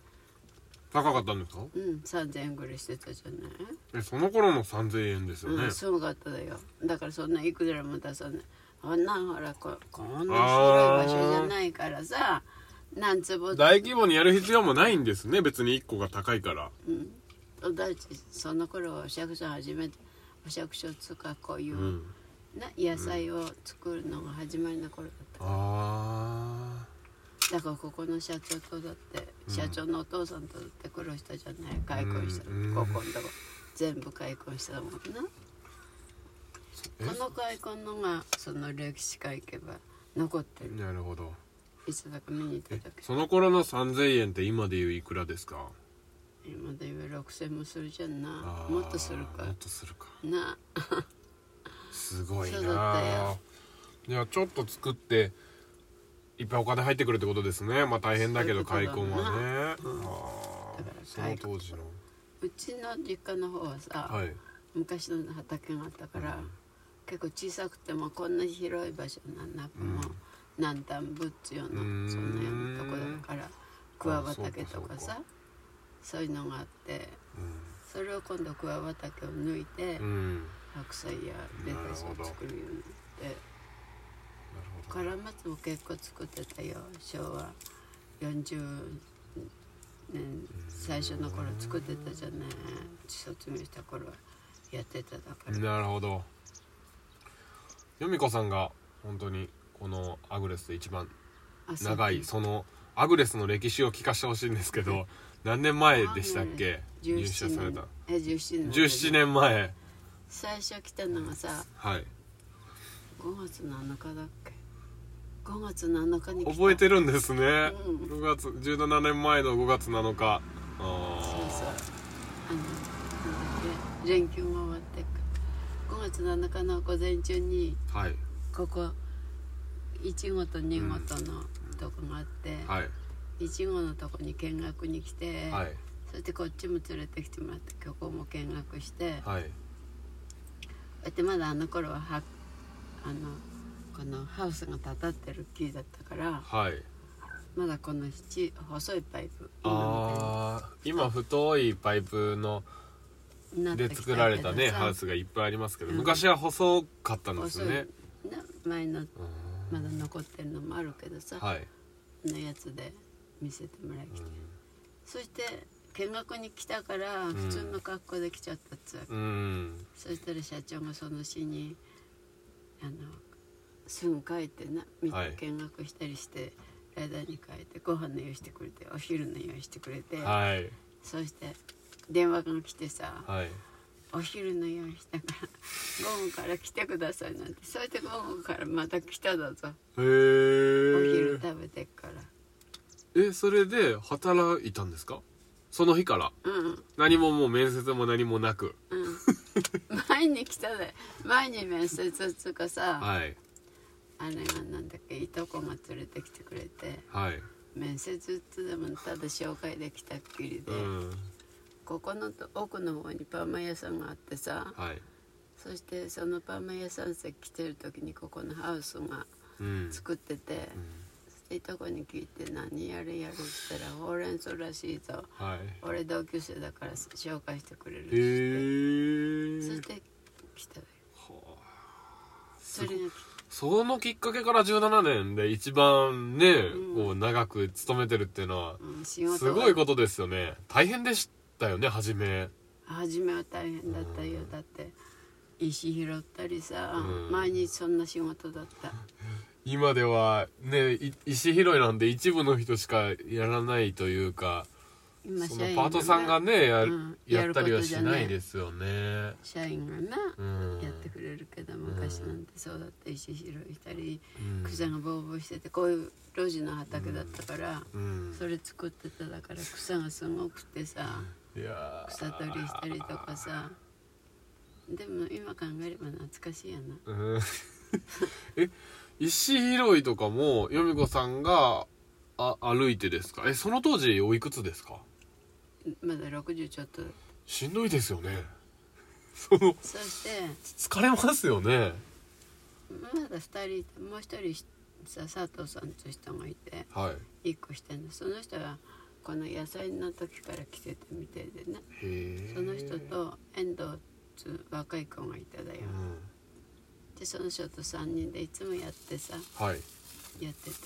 [SPEAKER 2] 高かったんですか
[SPEAKER 3] うん3,000円ぐらいしてたじゃない、
[SPEAKER 2] えその頃の3000円ですよね、
[SPEAKER 3] うんすごかっただよだからそんないくらも出さないあんなんほらここんな広い場所じゃないからさ何坪
[SPEAKER 2] 大規模にやる必要もないんですね別に1個が高いから
[SPEAKER 3] うん、だってその頃はお釈迦さん初めてお釈迦書つうかこういうう、
[SPEAKER 2] ん
[SPEAKER 3] な野菜を作るのが始まりの頃だったから、
[SPEAKER 2] あ
[SPEAKER 3] だからここの社長とだって社長のお父さんとだって苦労したじゃない開墾した、
[SPEAKER 2] うん
[SPEAKER 3] ここのとこ全部開墾したもんな
[SPEAKER 2] え
[SPEAKER 3] この開墾のがその歴史家行けば残ってる
[SPEAKER 2] あなるほど
[SPEAKER 3] いつだか見に行った
[SPEAKER 2] え
[SPEAKER 3] 時
[SPEAKER 2] その頃の3000円って今でいういくらですか
[SPEAKER 3] 今で言う6,000もするじゃんな
[SPEAKER 2] あー
[SPEAKER 3] もっとするか
[SPEAKER 2] もっとするか
[SPEAKER 3] な
[SPEAKER 2] すごい
[SPEAKER 3] そうだった
[SPEAKER 2] な
[SPEAKER 3] よ
[SPEAKER 2] じゃあちょっと作っていっぱいお金入ってくるってことですねまあ大変だけど
[SPEAKER 3] そうい
[SPEAKER 2] 開
[SPEAKER 3] うこ
[SPEAKER 2] 墾
[SPEAKER 3] とだな
[SPEAKER 2] はね
[SPEAKER 3] うん
[SPEAKER 2] あ
[SPEAKER 3] だか
[SPEAKER 2] ー
[SPEAKER 3] ら
[SPEAKER 2] その当時の
[SPEAKER 3] うちの実家の方はさ、
[SPEAKER 2] はい
[SPEAKER 3] 昔の畑があったから、
[SPEAKER 2] うん
[SPEAKER 3] 結構小さくてもこんな広い場所なんなくも、
[SPEAKER 2] うん
[SPEAKER 3] 南端部っつうような
[SPEAKER 2] うーん
[SPEAKER 3] そんなようなとこだから桑畑とか
[SPEAKER 2] あ
[SPEAKER 3] さそういうのがあって
[SPEAKER 2] う
[SPEAKER 3] それを今度桑畑を抜いて、
[SPEAKER 2] ん、うん、な
[SPEAKER 3] 白菜やレタスを作るようになって
[SPEAKER 2] るほど
[SPEAKER 3] カラマツも結構作ってたよ昭和40年最初の頃作ってたじゃないうち卒業した頃はやってただから。
[SPEAKER 2] なるほどヨミ子さんが本当にこのアグレスで一番
[SPEAKER 3] あそう
[SPEAKER 2] 長いそのアグレスの歴史を聞かせてほしいんですけど何年前でしたっけ入社
[SPEAKER 3] 17
[SPEAKER 2] された
[SPEAKER 3] 年え17年
[SPEAKER 2] 17年前
[SPEAKER 3] 最初来たのがさ
[SPEAKER 2] はい
[SPEAKER 3] 5月7日だっけ5月7日に来た
[SPEAKER 2] 覚えて
[SPEAKER 3] る
[SPEAKER 2] るんですね
[SPEAKER 3] ん
[SPEAKER 2] 5月17年前の5月7日あ
[SPEAKER 3] そう
[SPEAKER 2] ー
[SPEAKER 3] そうあのなんだっけ連休が終わってく5月7日の午前中に
[SPEAKER 2] はい
[SPEAKER 3] ここ1号と2号とのとこがあって、
[SPEAKER 2] はい
[SPEAKER 3] 1号のとこに見学に来て、
[SPEAKER 2] はい
[SPEAKER 3] そしてこっちも連れてきてもらってここも見学して、
[SPEAKER 2] はい
[SPEAKER 3] だってまだあの頃ははあのこのハウスが建たってる木だったから
[SPEAKER 2] はい
[SPEAKER 3] まだこの七細いパイプ今
[SPEAKER 2] ああ今太いパイプの
[SPEAKER 3] みたいになって
[SPEAKER 2] で
[SPEAKER 3] きたけ
[SPEAKER 2] 作
[SPEAKER 3] ど
[SPEAKER 2] られたね
[SPEAKER 3] さ
[SPEAKER 2] ハウスがいっぱいありますけど
[SPEAKER 3] うん
[SPEAKER 2] 昔は細かったんです
[SPEAKER 3] 細
[SPEAKER 2] よ
[SPEAKER 3] い
[SPEAKER 2] ね
[SPEAKER 3] な前の
[SPEAKER 2] う
[SPEAKER 3] ま
[SPEAKER 2] ん
[SPEAKER 3] だ残ってるのもあるけどさ、
[SPEAKER 2] はい
[SPEAKER 3] のやつで見せてもらい
[SPEAKER 2] うん
[SPEAKER 3] そして見学に来たから普通の格好で来ちゃったっつうわけ、
[SPEAKER 2] うん
[SPEAKER 3] そしたら社長がその日にあのすぐ帰ってな見て
[SPEAKER 2] はい
[SPEAKER 3] 見学したりして、間に変えてご飯の用意してくれてお昼の用意してくれて、
[SPEAKER 2] はい
[SPEAKER 3] そして電話が来てさ
[SPEAKER 2] はい
[SPEAKER 3] お昼の用意したから午後から来てくださいなんてそして午後からまた来ただぞ
[SPEAKER 2] へ
[SPEAKER 3] お
[SPEAKER 2] え
[SPEAKER 3] 昼食べてっから
[SPEAKER 2] えそれで働いたんですかその日から
[SPEAKER 3] うん
[SPEAKER 2] 何ももう面接も何もなく
[SPEAKER 3] うん前に来たで前に面接っつうかさ、
[SPEAKER 2] はい
[SPEAKER 3] あれがなんだっけいとこが連れてきてくれて
[SPEAKER 2] はい
[SPEAKER 3] 面接っつうでもただ紹介できたっきりで、
[SPEAKER 2] うん
[SPEAKER 3] ここの奥の方にパーマ屋さんがあってさ
[SPEAKER 2] はい
[SPEAKER 3] そしてそのパーマ屋さんさ来てる時にここのハウスが
[SPEAKER 2] うん
[SPEAKER 3] 作ってて、そしていとこに聞いて「何やるやる」って言ったら「ほうれん草らしいぞ
[SPEAKER 2] はい
[SPEAKER 3] 俺同級生だから紹介してくれる」
[SPEAKER 2] へ
[SPEAKER 3] って
[SPEAKER 2] え
[SPEAKER 3] そして来たよそれが
[SPEAKER 2] そのきっかけから17年で一番ね、
[SPEAKER 3] ん
[SPEAKER 2] こう長く勤めてるっていうのは
[SPEAKER 3] うん、仕事
[SPEAKER 2] すごいことですよね大変でしたよね初め
[SPEAKER 3] 初めは大変だったよだって石拾ったりさ、
[SPEAKER 2] うん
[SPEAKER 3] 毎日そんな仕事だった
[SPEAKER 2] 今ではねい石拾いなんで一部の人しかやらないというか
[SPEAKER 3] 今
[SPEAKER 2] そ
[SPEAKER 3] 社
[SPEAKER 2] の
[SPEAKER 3] 員
[SPEAKER 2] パートさんがねや,、
[SPEAKER 3] うん
[SPEAKER 2] やったりは
[SPEAKER 3] やることじ
[SPEAKER 2] し
[SPEAKER 3] ゃない
[SPEAKER 2] ないですよね
[SPEAKER 3] 社員がな、
[SPEAKER 2] うん
[SPEAKER 3] やってくれるけど昔なんてそうだった石拾いたり、
[SPEAKER 2] うん
[SPEAKER 3] 草がボーボーしててこういう路地の畑だったから、
[SPEAKER 2] うん
[SPEAKER 3] それ作ってただから草がすごくてさ
[SPEAKER 2] いやー
[SPEAKER 3] 草取りしたりとかさでも今考えれば懐かしいやな
[SPEAKER 2] うん え石拾いとかもよみこさんがあ歩いてですかえその当時おいくつですか
[SPEAKER 3] まだ60ちょっと
[SPEAKER 2] しんどいですよね その
[SPEAKER 3] そして
[SPEAKER 2] 疲れますよね
[SPEAKER 3] まだ2人いてもう1人さ佐藤さんという人がいて
[SPEAKER 2] はい
[SPEAKER 3] 1個下のその人はこの野菜の時から来てたみたいでね
[SPEAKER 2] へえ
[SPEAKER 3] その人と遠藤つう若い子がいただよ
[SPEAKER 2] う、ん
[SPEAKER 3] でその人と3人でいつもやってさ
[SPEAKER 2] はい
[SPEAKER 3] やってた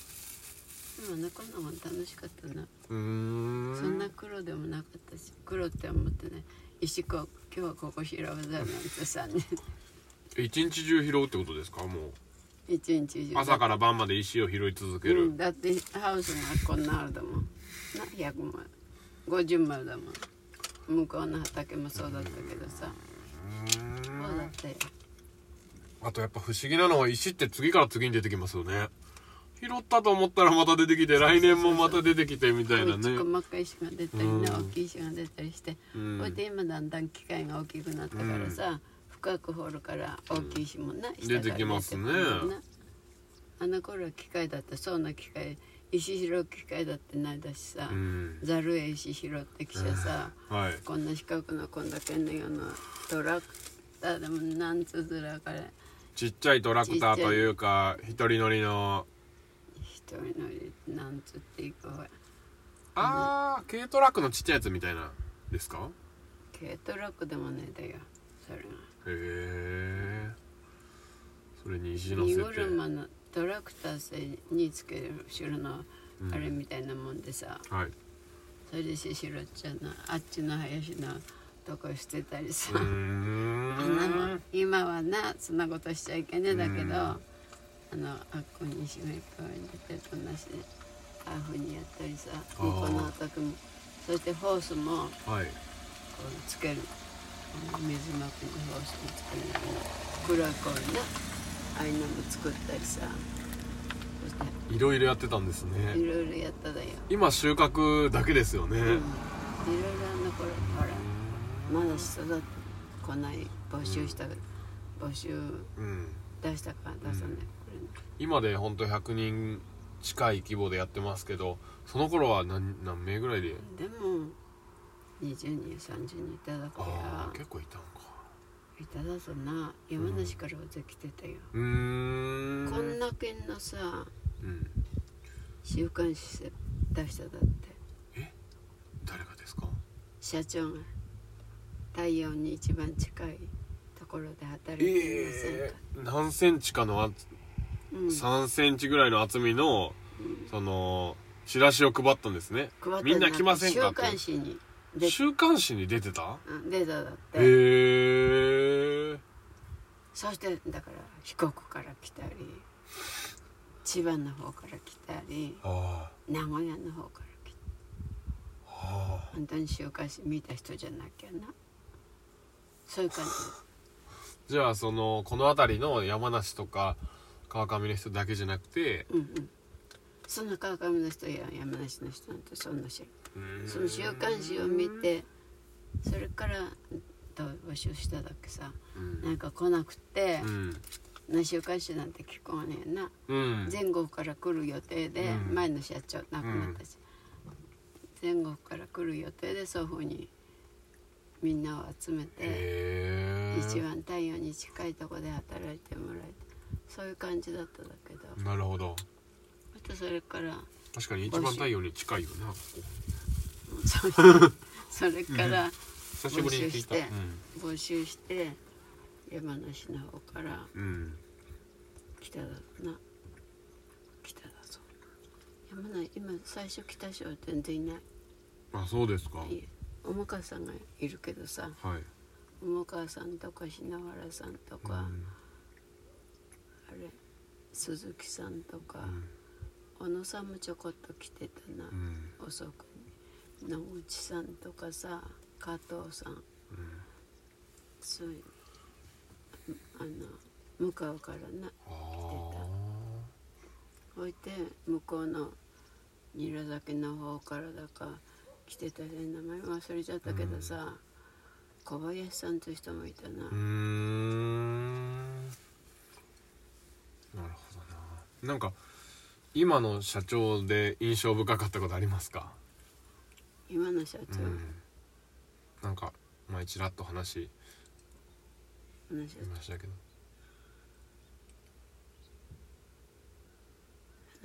[SPEAKER 3] でもねこんなもん楽しかったな、
[SPEAKER 2] うーん
[SPEAKER 3] そんな苦労でもなかったし苦労って思ってね石こ今日はここ拾うぞなんてさ ね
[SPEAKER 2] え一日中拾うってことですかもう
[SPEAKER 3] 一日中
[SPEAKER 2] 朝から晩まで石を拾い続ける、
[SPEAKER 3] うん、だってハウスがこんなあるだもんな100万50万だもん向こうの畑もそうだったけどさそうだったよ
[SPEAKER 2] あとやっぱ不思議なのは石って次から次に出てきますよね拾ったと思ったらまた出てきて来年もまた出てきてみたいな
[SPEAKER 3] こい
[SPEAKER 2] ね
[SPEAKER 3] つ細かい石が出たりね
[SPEAKER 2] う
[SPEAKER 3] 大
[SPEAKER 2] ん
[SPEAKER 3] きい石が出たりして
[SPEAKER 2] うん
[SPEAKER 3] こうやって今だんだん機械が大きくなったからさ、深く掘るから大きい石もな、下から
[SPEAKER 2] 出てきますね
[SPEAKER 3] 出てくるもんなあの頃は機械だってそうな機械石拾う機械だってないだしさ
[SPEAKER 2] うん
[SPEAKER 3] ざる、へ石拾ってきてさ、
[SPEAKER 2] はい
[SPEAKER 3] こんな四角のこんだけのようなトラクターでもなんつづらかれ
[SPEAKER 2] ちっちゃいトラクターというか一人乗りの
[SPEAKER 3] 一人乗りなんつっていくわ
[SPEAKER 2] あー軽トラックのちっちゃいやつみたいなですか
[SPEAKER 3] 軽トラックでもねえだよそれが
[SPEAKER 2] へえそれに石乗せ
[SPEAKER 3] 荷
[SPEAKER 2] て
[SPEAKER 3] 車のトラクターさにつける後ろのあれみたいなもんでさ、
[SPEAKER 2] はい
[SPEAKER 3] それでシシロちゃんのあっちの林のとこ捨てたりさ、
[SPEAKER 2] うー
[SPEAKER 3] あんなんの今はなそんなことしちゃいけねえだけど、
[SPEAKER 2] うん
[SPEAKER 3] あのあっこにしめっこに出てこなしでああいうふうにやったりさ
[SPEAKER 2] あ
[SPEAKER 3] 向
[SPEAKER 2] ー
[SPEAKER 3] こうの畑もそしてホースもこ
[SPEAKER 2] はいう
[SPEAKER 3] つけるあの水まきのホースもつける黒いこうなああいうのも作ったりさそし
[SPEAKER 2] いろいろやってたんです
[SPEAKER 3] てい
[SPEAKER 2] ね
[SPEAKER 3] ろいろやっただよ、
[SPEAKER 2] 今収穫だけですよね、
[SPEAKER 3] うん、いろいろあの頃ほらまだ人だってこない募集した、募集
[SPEAKER 2] うん
[SPEAKER 3] 出したか出さない、これね
[SPEAKER 2] 今でほんと100人近い規模でやってますけどその頃は何何名ぐらいで
[SPEAKER 3] でも20人30人いただか
[SPEAKER 2] ああ
[SPEAKER 3] ら
[SPEAKER 2] 結構いたんか
[SPEAKER 3] いただとな山梨から大勢来てたよ、
[SPEAKER 2] うーん
[SPEAKER 3] こんな県のさ
[SPEAKER 2] うん
[SPEAKER 3] 週刊誌出しただって
[SPEAKER 2] 誰がですか
[SPEAKER 3] 社長が太陽に一番近いところで働いていませんか、
[SPEAKER 2] えー何センチかのあ
[SPEAKER 3] うん、
[SPEAKER 2] 3センチぐらいの厚みのそのチラシを配ったんですね
[SPEAKER 3] 配って
[SPEAKER 2] みんな来ませんか
[SPEAKER 3] 週刊
[SPEAKER 2] っ
[SPEAKER 3] 誌に
[SPEAKER 2] て
[SPEAKER 3] 出
[SPEAKER 2] 週刊誌に出てた
[SPEAKER 3] うん出ただって、
[SPEAKER 2] へえ
[SPEAKER 3] そしてだから四国から来たり千葉の方から来たり
[SPEAKER 2] あ
[SPEAKER 3] 名古屋の方から来た
[SPEAKER 2] ああ
[SPEAKER 3] 本当に週刊誌見た人じゃなきゃなそういう感じ
[SPEAKER 2] じゃあそのこの辺りの山梨とか川上の人だけじゃなくて
[SPEAKER 3] うんうんその川上の人や山梨の人なんてそんな知らん
[SPEAKER 2] うーん
[SPEAKER 3] その週刊誌を見てそれからどう募集しただっけさ
[SPEAKER 2] うん
[SPEAKER 3] なんか来なくて
[SPEAKER 2] う、ん
[SPEAKER 3] な週刊誌なんて聞こうねんな
[SPEAKER 2] うん
[SPEAKER 3] 全国から来る予定で、
[SPEAKER 2] うん
[SPEAKER 3] 前の社長亡くなったし、全国から来る予定でそういうふうにみんなを集めて、
[SPEAKER 2] へ
[SPEAKER 3] 一
[SPEAKER 2] え
[SPEAKER 3] 番太陽に近いとこで働いてもらえてそういう感じだったんだけど、あ
[SPEAKER 2] なるほど
[SPEAKER 3] とそれから
[SPEAKER 2] 確かに一番太陽に近いよなここ
[SPEAKER 3] そういうそれから
[SPEAKER 2] 久しぶりに聞いた
[SPEAKER 3] 募集して募集して山梨の方から
[SPEAKER 2] うん、うん、
[SPEAKER 3] 北だな北だそう山梨今最初来た人は全然いない
[SPEAKER 2] あそうですかはい
[SPEAKER 3] い重川さんがいるけどさ
[SPEAKER 2] い
[SPEAKER 3] 重川さんとか篠原さんと
[SPEAKER 2] う
[SPEAKER 3] か、
[SPEAKER 2] ん
[SPEAKER 3] あれ鈴木さんとか、
[SPEAKER 2] ん
[SPEAKER 3] 小野さんもちょこっと来てたな
[SPEAKER 2] う、ん
[SPEAKER 3] 遅くに野口さんとかさ加藤さん
[SPEAKER 2] うん
[SPEAKER 3] そういうあの向川からな
[SPEAKER 2] ああ
[SPEAKER 3] 置いて向こうの韮崎の方からだか来てたね名前忘れちゃったけどさ、小林さんという人もいたな、
[SPEAKER 2] うーんなるほどななんか今の社長で印象深かったことありますか
[SPEAKER 3] 今の社
[SPEAKER 2] う
[SPEAKER 3] 長、
[SPEAKER 2] んなんか前ちらっと話し
[SPEAKER 3] 今の社
[SPEAKER 2] ましたけど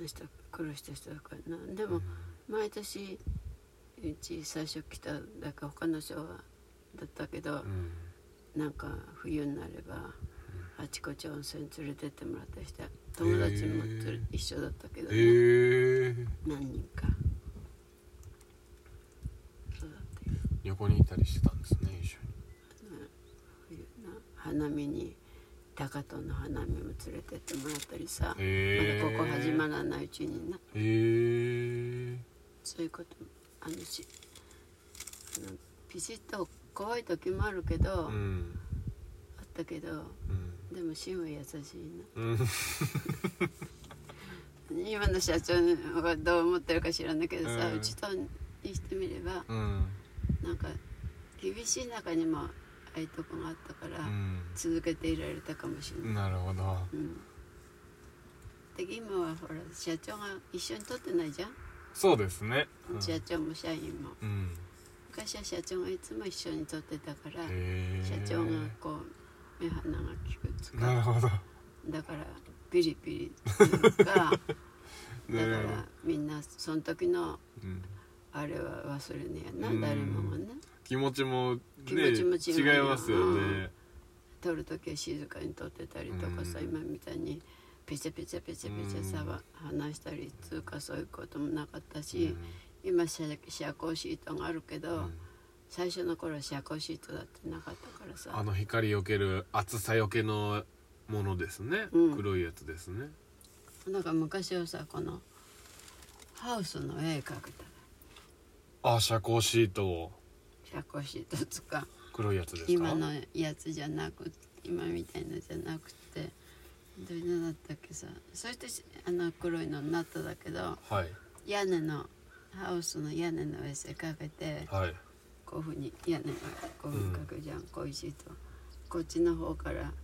[SPEAKER 3] 長の人苦労した人だからなでも毎年うち最初来ただか他の人はだったけど
[SPEAKER 2] う、ん
[SPEAKER 3] なんか冬になればあちこち温泉連れてってもらった人友達もつれ
[SPEAKER 2] へえ
[SPEAKER 3] 一緒だったけど、
[SPEAKER 2] え
[SPEAKER 3] ね
[SPEAKER 2] ー、
[SPEAKER 3] 何人かそうだったよ
[SPEAKER 2] 横にいたりしてたんですね一緒に
[SPEAKER 3] 冬な花見に高遠の花見も連れてってもらったりさ、
[SPEAKER 2] え
[SPEAKER 3] ま
[SPEAKER 2] ー、
[SPEAKER 3] だここ始まらないうちにな
[SPEAKER 2] えー、
[SPEAKER 3] そういうこともあるしあのピシッと怖い時もあるけど、
[SPEAKER 2] う
[SPEAKER 3] あ
[SPEAKER 2] ん
[SPEAKER 3] ったけどでも芯は優しい
[SPEAKER 2] うんうん
[SPEAKER 3] な今の社長はどう思ってるか知らないけどさ、
[SPEAKER 2] う
[SPEAKER 3] うんちとにしてみれば
[SPEAKER 2] うん
[SPEAKER 3] なんか厳しい中にもああいうとこがあったから、
[SPEAKER 2] う
[SPEAKER 3] 続けていられたかもしれない。
[SPEAKER 2] んなるほど
[SPEAKER 3] うんで今はほら社長が一緒に取ってないじゃん、
[SPEAKER 2] そうですね
[SPEAKER 3] 社長も社員も
[SPEAKER 2] うん、うん
[SPEAKER 3] 昔は社長がいつも一緒に取ってたから、
[SPEAKER 2] え
[SPEAKER 3] 社
[SPEAKER 2] ー、
[SPEAKER 3] 長がこう目鼻が利くつ
[SPEAKER 2] なる
[SPEAKER 3] か
[SPEAKER 2] ほどね
[SPEAKER 3] だからピリピリっていうかだ か
[SPEAKER 2] え
[SPEAKER 3] らみんなその時の
[SPEAKER 2] うん
[SPEAKER 3] あれは忘れねえやな、
[SPEAKER 2] うん
[SPEAKER 3] 誰もがね
[SPEAKER 2] 気持ちもね
[SPEAKER 3] 気持ちも違うよ
[SPEAKER 2] 違いますよね、
[SPEAKER 3] 取る時は静かに取ってたりとかさ、
[SPEAKER 2] うん
[SPEAKER 3] 今みたいにペチャペチャペチャペチャさ、ば話したりつうかそういうこともなかったし、今社社交シートがあるけど、
[SPEAKER 2] うんうん
[SPEAKER 3] 最初の頃は社交シートだってなかったからさ
[SPEAKER 2] あの光よける暑さよけのものですね、
[SPEAKER 3] うん
[SPEAKER 2] 黒いやつですね
[SPEAKER 3] なんか昔はさこのハウスの絵描けた
[SPEAKER 2] あ遮光シートを
[SPEAKER 3] 社交シートつか
[SPEAKER 2] 黒いやつですか
[SPEAKER 3] 今のやつじゃなく今みたいのじゃなくてどういうのだったっけさそしてあの黒いのになっただけど
[SPEAKER 2] はい
[SPEAKER 3] 屋根のハウスの屋根の上せかけて
[SPEAKER 2] はい
[SPEAKER 3] こういうふうに屋根がこういうふうにかけるじゃん、こういうシートこっちの方から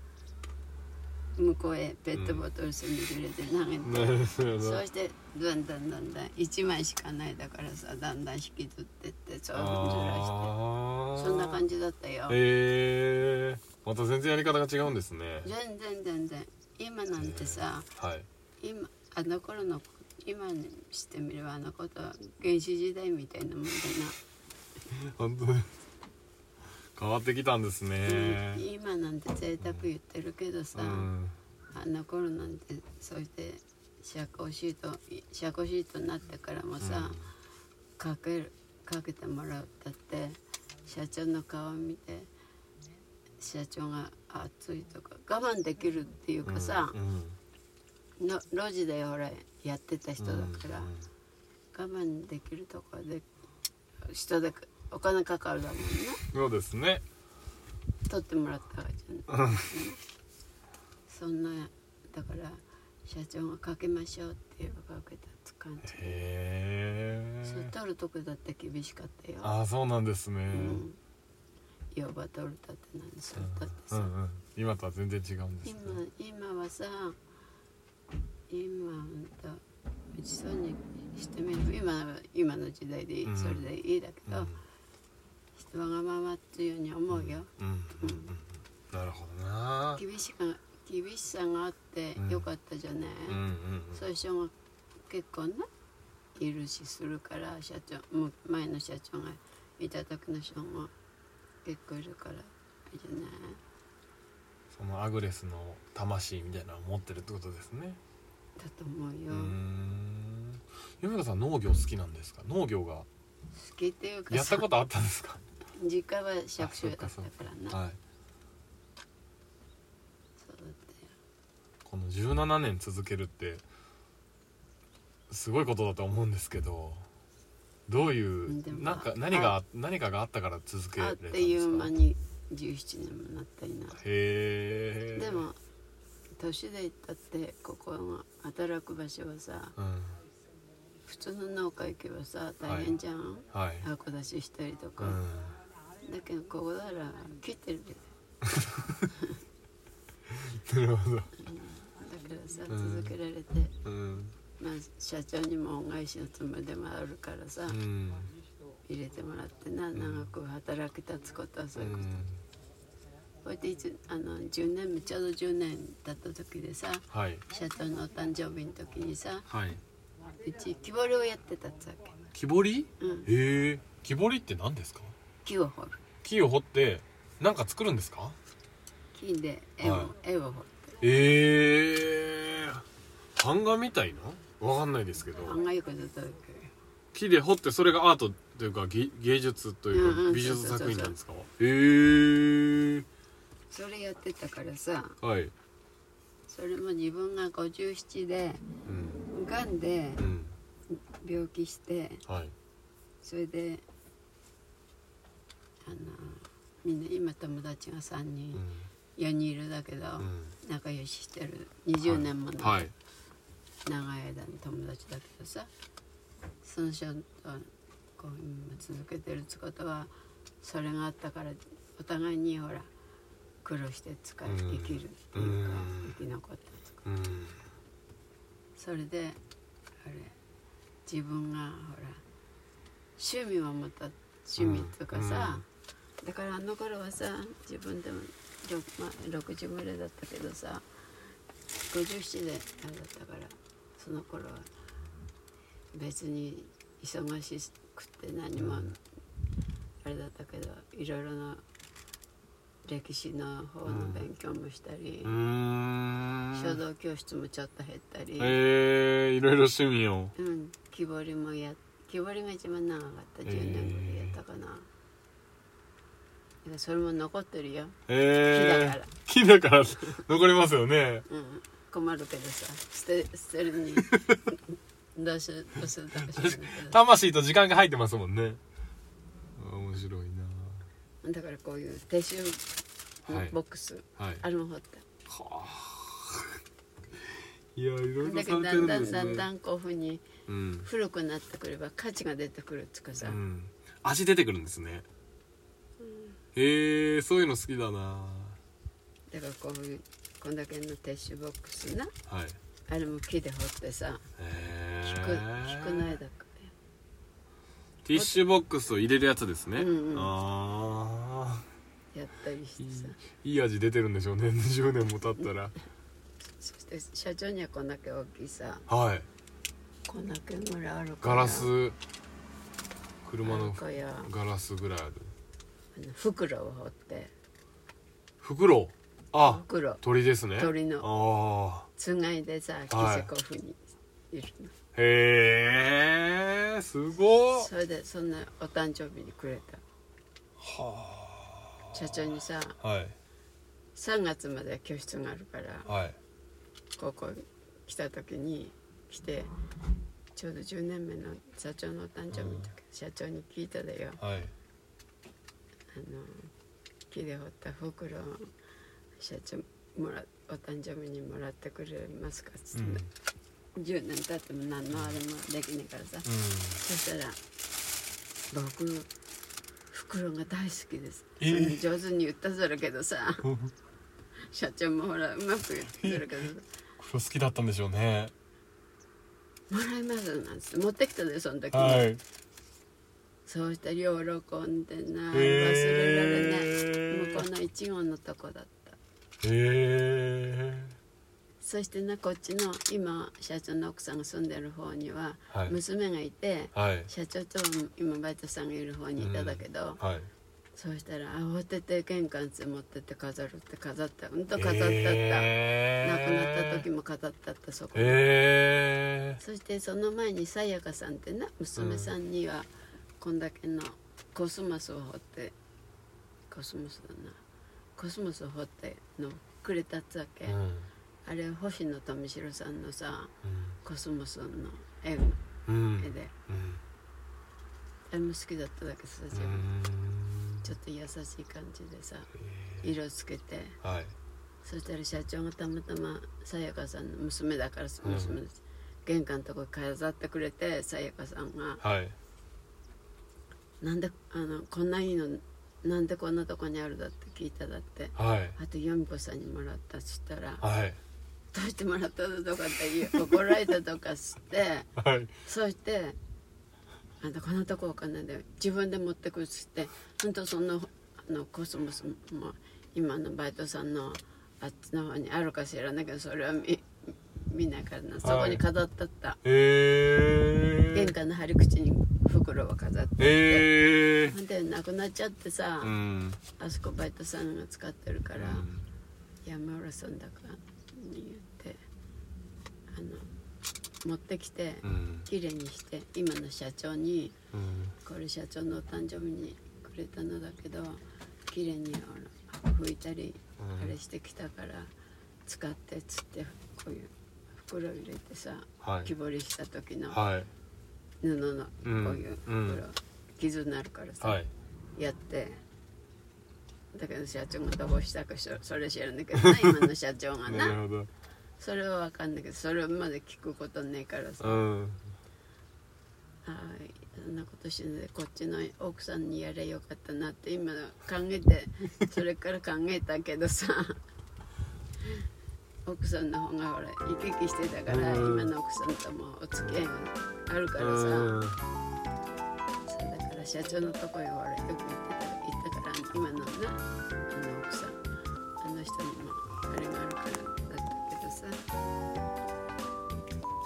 [SPEAKER 3] 向こうへペットボトルすみ入れて投げて、
[SPEAKER 2] なるほど
[SPEAKER 3] そうしてだんだんだんだん1枚しかないだからさだんだん引きずってってそういうふうにずらして
[SPEAKER 2] あ
[SPEAKER 3] そんな
[SPEAKER 2] じ
[SPEAKER 3] 感じだったよ、
[SPEAKER 2] へえまた全然やり方が違うんですね
[SPEAKER 3] 全然全然今なんてさ
[SPEAKER 2] はい
[SPEAKER 3] 今あの頃の今にしてみればあのことは原始時代みたいなもんだ
[SPEAKER 2] 本当に変わってきたんです
[SPEAKER 3] な、
[SPEAKER 2] ね
[SPEAKER 3] うん今なんて贅沢言ってるけどさ、
[SPEAKER 2] うん
[SPEAKER 3] あの頃なんてそうして社交シート社交シートになってからもさ、かけるかけてもらうだって社長の顔見て社長が暑いとか我慢できるっていうかさ、
[SPEAKER 2] うん
[SPEAKER 3] の路地でほらやってた人だから、
[SPEAKER 2] うん
[SPEAKER 3] 我慢できるとこで人でお金かかるだもんね
[SPEAKER 2] そうですね
[SPEAKER 3] 取ってもらったわけじゃない、そんなだから社長がかけましょうって言えばかけたって感じ、
[SPEAKER 2] へ
[SPEAKER 3] それ
[SPEAKER 2] え
[SPEAKER 3] 取るとこだって厳しかったよ
[SPEAKER 2] ああそうなんですね、
[SPEAKER 3] うん呼ば取るたって何それだって
[SPEAKER 2] う
[SPEAKER 3] さ、
[SPEAKER 2] んうん、今とは全然違うんです
[SPEAKER 3] 今
[SPEAKER 2] ね
[SPEAKER 3] 今はさ今ほんとうちそうにしてみる今は今の時代でいい、
[SPEAKER 2] うん
[SPEAKER 3] それでいいだけど、わがままっていうように思う
[SPEAKER 2] う
[SPEAKER 3] よ、
[SPEAKER 2] んうんうんうんなるほどな
[SPEAKER 3] 厳しか厳しさがあって
[SPEAKER 2] うん
[SPEAKER 3] よかったじゃね、
[SPEAKER 2] うんうんうん
[SPEAKER 3] 最初が結構ねいるしするから社長もう前の社長がいた時の人も結構いるからいいじゃない
[SPEAKER 2] そのアグレスの魂みたいなのを持ってるってことですね
[SPEAKER 3] だと思う
[SPEAKER 2] う
[SPEAKER 3] よ、
[SPEAKER 2] ーん夢香さん農業好きなんですか農業が
[SPEAKER 3] 好きっていうか
[SPEAKER 2] やった
[SPEAKER 3] さ
[SPEAKER 2] ことあったんですか
[SPEAKER 3] 実家は借家だったからなそう
[SPEAKER 2] はい
[SPEAKER 3] だったよ
[SPEAKER 2] この17年続けるってすごいことだと思うんですけどどうい
[SPEAKER 3] んで
[SPEAKER 2] う
[SPEAKER 3] も
[SPEAKER 2] なんか何が何かがあったから続けら
[SPEAKER 3] あ
[SPEAKER 2] れ
[SPEAKER 3] った
[SPEAKER 2] ん
[SPEAKER 3] てい
[SPEAKER 2] で
[SPEAKER 3] う
[SPEAKER 2] すか
[SPEAKER 3] 間に17年もなったりな
[SPEAKER 2] へえ
[SPEAKER 3] でも年でいったってここが働く場所はさ
[SPEAKER 2] うん
[SPEAKER 3] 普通の農家行けばさ大変じゃん、
[SPEAKER 2] はい
[SPEAKER 3] 箱出ししたりと
[SPEAKER 2] う
[SPEAKER 3] か、
[SPEAKER 2] ん
[SPEAKER 3] だけどここなら切ってるで
[SPEAKER 2] なるほど
[SPEAKER 3] だからさ
[SPEAKER 2] うん
[SPEAKER 3] 続けられて、
[SPEAKER 2] うん
[SPEAKER 3] まあ社長にも恩返しのつもりでもあるからさ、
[SPEAKER 2] うん
[SPEAKER 3] 入れてもらってな長く働き立つことはそうういうこと、
[SPEAKER 2] ん
[SPEAKER 3] こうやっていつあの10年目ちょうど10年経った時でさ
[SPEAKER 2] はい
[SPEAKER 3] 社長のお誕生日の時にさ
[SPEAKER 2] はい。
[SPEAKER 3] うち木彫りをやってたっつわけ
[SPEAKER 2] 木彫り？
[SPEAKER 3] うん
[SPEAKER 2] へえ。木彫りって何ですか？
[SPEAKER 3] 木を掘る
[SPEAKER 2] 木を掘ってなんか作るんですか？
[SPEAKER 3] 木で絵を、
[SPEAKER 2] は
[SPEAKER 3] 絵を掘る
[SPEAKER 2] ええ。版画みたいな？わかんないですけど。
[SPEAKER 3] 案外よくずっと
[SPEAKER 2] 木で掘ってそれがアートというか芸芸術という
[SPEAKER 3] うんう
[SPEAKER 2] か
[SPEAKER 3] ん
[SPEAKER 2] 美術作品なんですか？へえ。
[SPEAKER 3] それやってたからさ
[SPEAKER 2] はい。
[SPEAKER 3] それも自分が57で
[SPEAKER 2] うん
[SPEAKER 3] がんで
[SPEAKER 2] うん
[SPEAKER 3] 病気して
[SPEAKER 2] はい。
[SPEAKER 3] それであのみんな今友達が3
[SPEAKER 2] う
[SPEAKER 3] 人、
[SPEAKER 2] ん
[SPEAKER 3] 4人いるだけど、
[SPEAKER 2] うん
[SPEAKER 3] 仲良ししてる20年もの長
[SPEAKER 2] はいい
[SPEAKER 3] 間の友達だけどさ、その人とこう今続けてるってことはそれがあったからお互いにほら苦労してつか
[SPEAKER 2] うん
[SPEAKER 3] 生きるっていうか、
[SPEAKER 2] うん
[SPEAKER 3] 生き残ったとか
[SPEAKER 2] うん
[SPEAKER 3] それであれ自分がほら趣味を持った趣味とかさ、だからあの頃はさ自分でも、ろまあ、60ぐらいだったけどさ57であれだったからその頃は別に忙しくて何もあれだったけどいろいろな歴史の方の勉強もしたり、
[SPEAKER 2] うーん。
[SPEAKER 3] 書道教室もちょっと減ったり。
[SPEAKER 2] ええいろいろ趣味を。
[SPEAKER 3] うん木彫りもや木彫りが一番長かった10年ぐらいやったかな、だからそれも残ってるよ木だ
[SPEAKER 2] え
[SPEAKER 3] か
[SPEAKER 2] え。
[SPEAKER 3] ら
[SPEAKER 2] 木だから残りますよね。
[SPEAKER 3] うん困るけどさ捨て捨てるに どうするどうするとか知らないけ
[SPEAKER 2] 魂と時間が入ってますもんねあ面白い
[SPEAKER 3] どだからこういう手塩
[SPEAKER 2] はい
[SPEAKER 3] ボックス、
[SPEAKER 2] なはい
[SPEAKER 3] あれも掘った
[SPEAKER 2] いやいろいろ
[SPEAKER 3] だ
[SPEAKER 2] さ
[SPEAKER 3] けど
[SPEAKER 2] れ
[SPEAKER 3] だ
[SPEAKER 2] てる
[SPEAKER 3] ん
[SPEAKER 2] ん
[SPEAKER 3] だ
[SPEAKER 2] で
[SPEAKER 3] ん
[SPEAKER 2] す
[SPEAKER 3] だんだ
[SPEAKER 2] ね
[SPEAKER 3] んこういうふうに
[SPEAKER 2] うん、
[SPEAKER 3] 古くなってくれば価値が出てくるっていうか
[SPEAKER 2] う
[SPEAKER 3] さ、
[SPEAKER 2] ん、味出てくるんですね、へえそういうの好きだな
[SPEAKER 3] だからこういうこんだけのティッシュボックスな
[SPEAKER 2] はい
[SPEAKER 3] あれも木で掘ってさ
[SPEAKER 2] へ
[SPEAKER 3] 引
[SPEAKER 2] え
[SPEAKER 3] く引くの間か
[SPEAKER 2] ティッシュボックスを入れるやつですね、
[SPEAKER 3] うんうん
[SPEAKER 2] ああ
[SPEAKER 3] やったりしてさ
[SPEAKER 2] いいいい味出てるんでしょうね10年も経ったら
[SPEAKER 3] そして社長にはこんだけ大きいさ
[SPEAKER 2] はい
[SPEAKER 3] こんだけぐらいあるか
[SPEAKER 2] ガ
[SPEAKER 3] ら
[SPEAKER 2] ラス
[SPEAKER 3] あ
[SPEAKER 2] 車
[SPEAKER 3] る
[SPEAKER 2] の
[SPEAKER 3] かや
[SPEAKER 2] ガラスぐらいある
[SPEAKER 3] あの袋を掘って
[SPEAKER 2] 袋あ
[SPEAKER 3] 袋
[SPEAKER 2] 鳥ですね
[SPEAKER 3] 鳥の
[SPEAKER 2] ああ
[SPEAKER 3] つがいでさキ
[SPEAKER 2] はい
[SPEAKER 3] セコフにいるの、
[SPEAKER 2] へえすごっ
[SPEAKER 3] それでそんなお誕生日にくれた社長にさ
[SPEAKER 2] はい
[SPEAKER 3] 3月までは教室があるから
[SPEAKER 2] はい
[SPEAKER 3] ここ来た時に来てちょうど10年目の社長のお誕生日の時、社長に聞いただよ
[SPEAKER 2] はい
[SPEAKER 3] あの木で掘った袋を社長もらお誕生日にもらってくれますかっつ
[SPEAKER 2] う
[SPEAKER 3] っ
[SPEAKER 2] ん
[SPEAKER 3] て、10年経っても何のあれもできねえからさ、そしたら「僕袋が大好きです」
[SPEAKER 2] えー
[SPEAKER 3] それ上手に言ったぞるけどさ社長もほらうまく言ってるけど
[SPEAKER 2] 黒好きだったんでしょうね
[SPEAKER 3] 「もらいます」なんつって持ってきたでその時に、
[SPEAKER 2] はい
[SPEAKER 3] そうしたら喜んでな忘れられない、
[SPEAKER 2] へ
[SPEAKER 3] 向こうの一号のとこだった
[SPEAKER 2] えへ
[SPEAKER 3] そしてなこっちの今社長の奥さんが住んでる方には
[SPEAKER 2] えはい
[SPEAKER 3] 娘がいて、
[SPEAKER 2] はい
[SPEAKER 3] 社長と今バイトさんがいる方にいただけど、
[SPEAKER 2] はい
[SPEAKER 3] そうしたら慌てて玄関つ持ってって飾るって飾ったうんと飾ったった、
[SPEAKER 2] え
[SPEAKER 3] 亡くなった時
[SPEAKER 2] も
[SPEAKER 3] も飾ったったそこ、
[SPEAKER 2] え
[SPEAKER 3] そしてその前にさやかさんってな娘さんにはこんだけのコスモスを掘ってコスモスだなコスモスを掘ってのくれたっつわけ、
[SPEAKER 2] えうん
[SPEAKER 3] あれ星野富城さんのさ
[SPEAKER 2] うん
[SPEAKER 3] コスモスの絵
[SPEAKER 2] うん
[SPEAKER 3] 絵で
[SPEAKER 2] うん
[SPEAKER 3] あれも好きだっただけどさ自分、
[SPEAKER 2] うん
[SPEAKER 3] ちょっと優しい感じでさ色つけて。
[SPEAKER 2] はい
[SPEAKER 3] そしたら社長がたまたまさやかさんの娘だから
[SPEAKER 2] うん
[SPEAKER 3] 娘です、玄関のとこ飾ってくれてさやかさんが
[SPEAKER 2] はい
[SPEAKER 3] 「なんであのこんないいのなんでこんなとこにあるだ?」って聞いただって
[SPEAKER 2] はい
[SPEAKER 3] あとヨミ子さんにもらったっつったら「
[SPEAKER 2] はい
[SPEAKER 3] どうしてもらったのとかって言う怒られたとかつって
[SPEAKER 2] はい
[SPEAKER 3] そして「あんたこんなとこお金で自分で持ってく」っつってほんとそのあのコスモスも今のバイトさんのあっちの方にあるか知らないけどそれは見見ないからなそこに飾ったった、
[SPEAKER 2] ええ
[SPEAKER 3] 玄関の張り口に袋を飾ってて、
[SPEAKER 2] ええ
[SPEAKER 3] ほんでなくなっちゃってさ、
[SPEAKER 2] うん
[SPEAKER 3] あそこバイトさんが使ってるか
[SPEAKER 2] う
[SPEAKER 3] ら、
[SPEAKER 2] ん
[SPEAKER 3] 山浦さんだからに言ってあの持ってきて
[SPEAKER 2] うん
[SPEAKER 3] 綺麗にして今の社長に。
[SPEAKER 2] うん
[SPEAKER 3] これ社長のお誕生日にくれたのだけど綺麗にあの拭いたり
[SPEAKER 2] うん
[SPEAKER 3] あれしてきたから使ってっつってこういう袋入れてさ
[SPEAKER 2] はい
[SPEAKER 3] 木彫りした時の
[SPEAKER 2] はい
[SPEAKER 3] 布のこういう
[SPEAKER 2] う
[SPEAKER 3] 袋、
[SPEAKER 2] んうん
[SPEAKER 3] 傷になるからさ、
[SPEAKER 2] はい
[SPEAKER 3] やってだけど社長がどこしたかしょそれ知らないけ どな今の社長が
[SPEAKER 2] な
[SPEAKER 3] な
[SPEAKER 2] るほど
[SPEAKER 3] それは分かんないけどそれまで聞くことねえからさ、
[SPEAKER 2] うん
[SPEAKER 3] はい、そんなことしないでこっちの奥さんにやれよかったなって今考えてそれから考えたけどさ 奥さんの方がほら行き来してたから、
[SPEAKER 2] うん
[SPEAKER 3] 今の奥さんともお付き合いがあるからさ、
[SPEAKER 2] うん
[SPEAKER 3] そうだから社長のとこへほらよく行ってた行ったから今のなあの奥さんあの人にもあれがあるからだったけどさ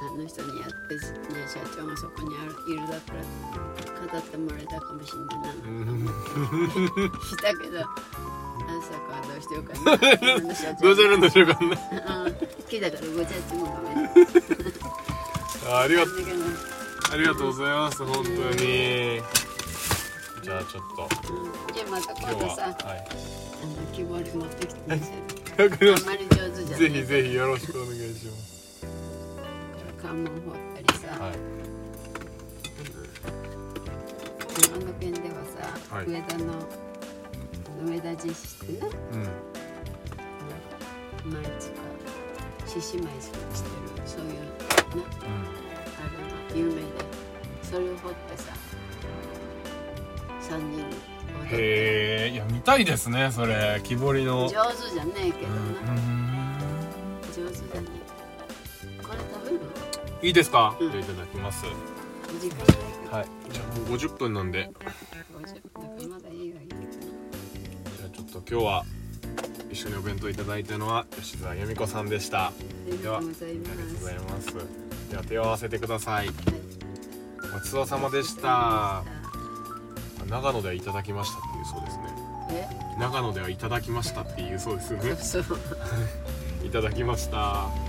[SPEAKER 3] あの人にやって、ね、社長がそこにあるいるだから語ってもらえたかもしれないなと思ってしたけどあさこはどうしてよう かな今の社長
[SPEAKER 2] どうするんでしょうかね
[SPEAKER 3] うん好きだからごちゃっちも ごめん
[SPEAKER 2] ありがとう
[SPEAKER 3] う
[SPEAKER 2] ありがとうございます本当にじゃあちょっと
[SPEAKER 3] んじゃあまた
[SPEAKER 2] 今
[SPEAKER 3] 今
[SPEAKER 2] 日
[SPEAKER 3] 度
[SPEAKER 2] は
[SPEAKER 3] さ
[SPEAKER 2] は
[SPEAKER 3] あの木彫り持ってきてみ せ
[SPEAKER 2] いわ
[SPEAKER 3] る
[SPEAKER 2] かりま
[SPEAKER 3] あ
[SPEAKER 2] し
[SPEAKER 3] まり上手じ
[SPEAKER 2] た
[SPEAKER 3] ゃない
[SPEAKER 2] ぜひぜひよろしくお願いします
[SPEAKER 3] 関門掘ったりさ、
[SPEAKER 2] はい
[SPEAKER 3] あの県ではさ、
[SPEAKER 2] はい
[SPEAKER 3] 上田の上田実施ってね
[SPEAKER 2] うん
[SPEAKER 3] 毎月獅子舞しかしてるそういうねあれは有名でそれを掘ってさ3人踊っ
[SPEAKER 2] へ
[SPEAKER 3] て
[SPEAKER 2] えいや見たいですねそれ木彫りの
[SPEAKER 3] 上手じゃねえけど
[SPEAKER 2] う
[SPEAKER 3] な、
[SPEAKER 2] ん
[SPEAKER 3] 上手じゃねえこれ食べる
[SPEAKER 2] いいですかじ
[SPEAKER 3] う
[SPEAKER 2] ゃ
[SPEAKER 3] ん
[SPEAKER 2] あいただきます
[SPEAKER 3] 時間ないけど、
[SPEAKER 2] はいじゃあもう50分なんで
[SPEAKER 3] 50分だからまだいいわいい
[SPEAKER 2] じゃあちょっと今日は一緒にお弁当いただいたのは吉沢由美子さんでした
[SPEAKER 3] け
[SPEAKER 2] で
[SPEAKER 3] ど
[SPEAKER 2] はあ
[SPEAKER 3] あり
[SPEAKER 2] り
[SPEAKER 3] がとうござい
[SPEAKER 2] がとうご
[SPEAKER 3] ます
[SPEAKER 2] ざいますでは手を合わせてください
[SPEAKER 3] はい
[SPEAKER 2] ごちそうさまでした長野ではいただきましたっていうそうですね
[SPEAKER 3] え
[SPEAKER 2] 長野ではいただきましたっていうそうですね
[SPEAKER 3] そう
[SPEAKER 2] いただきました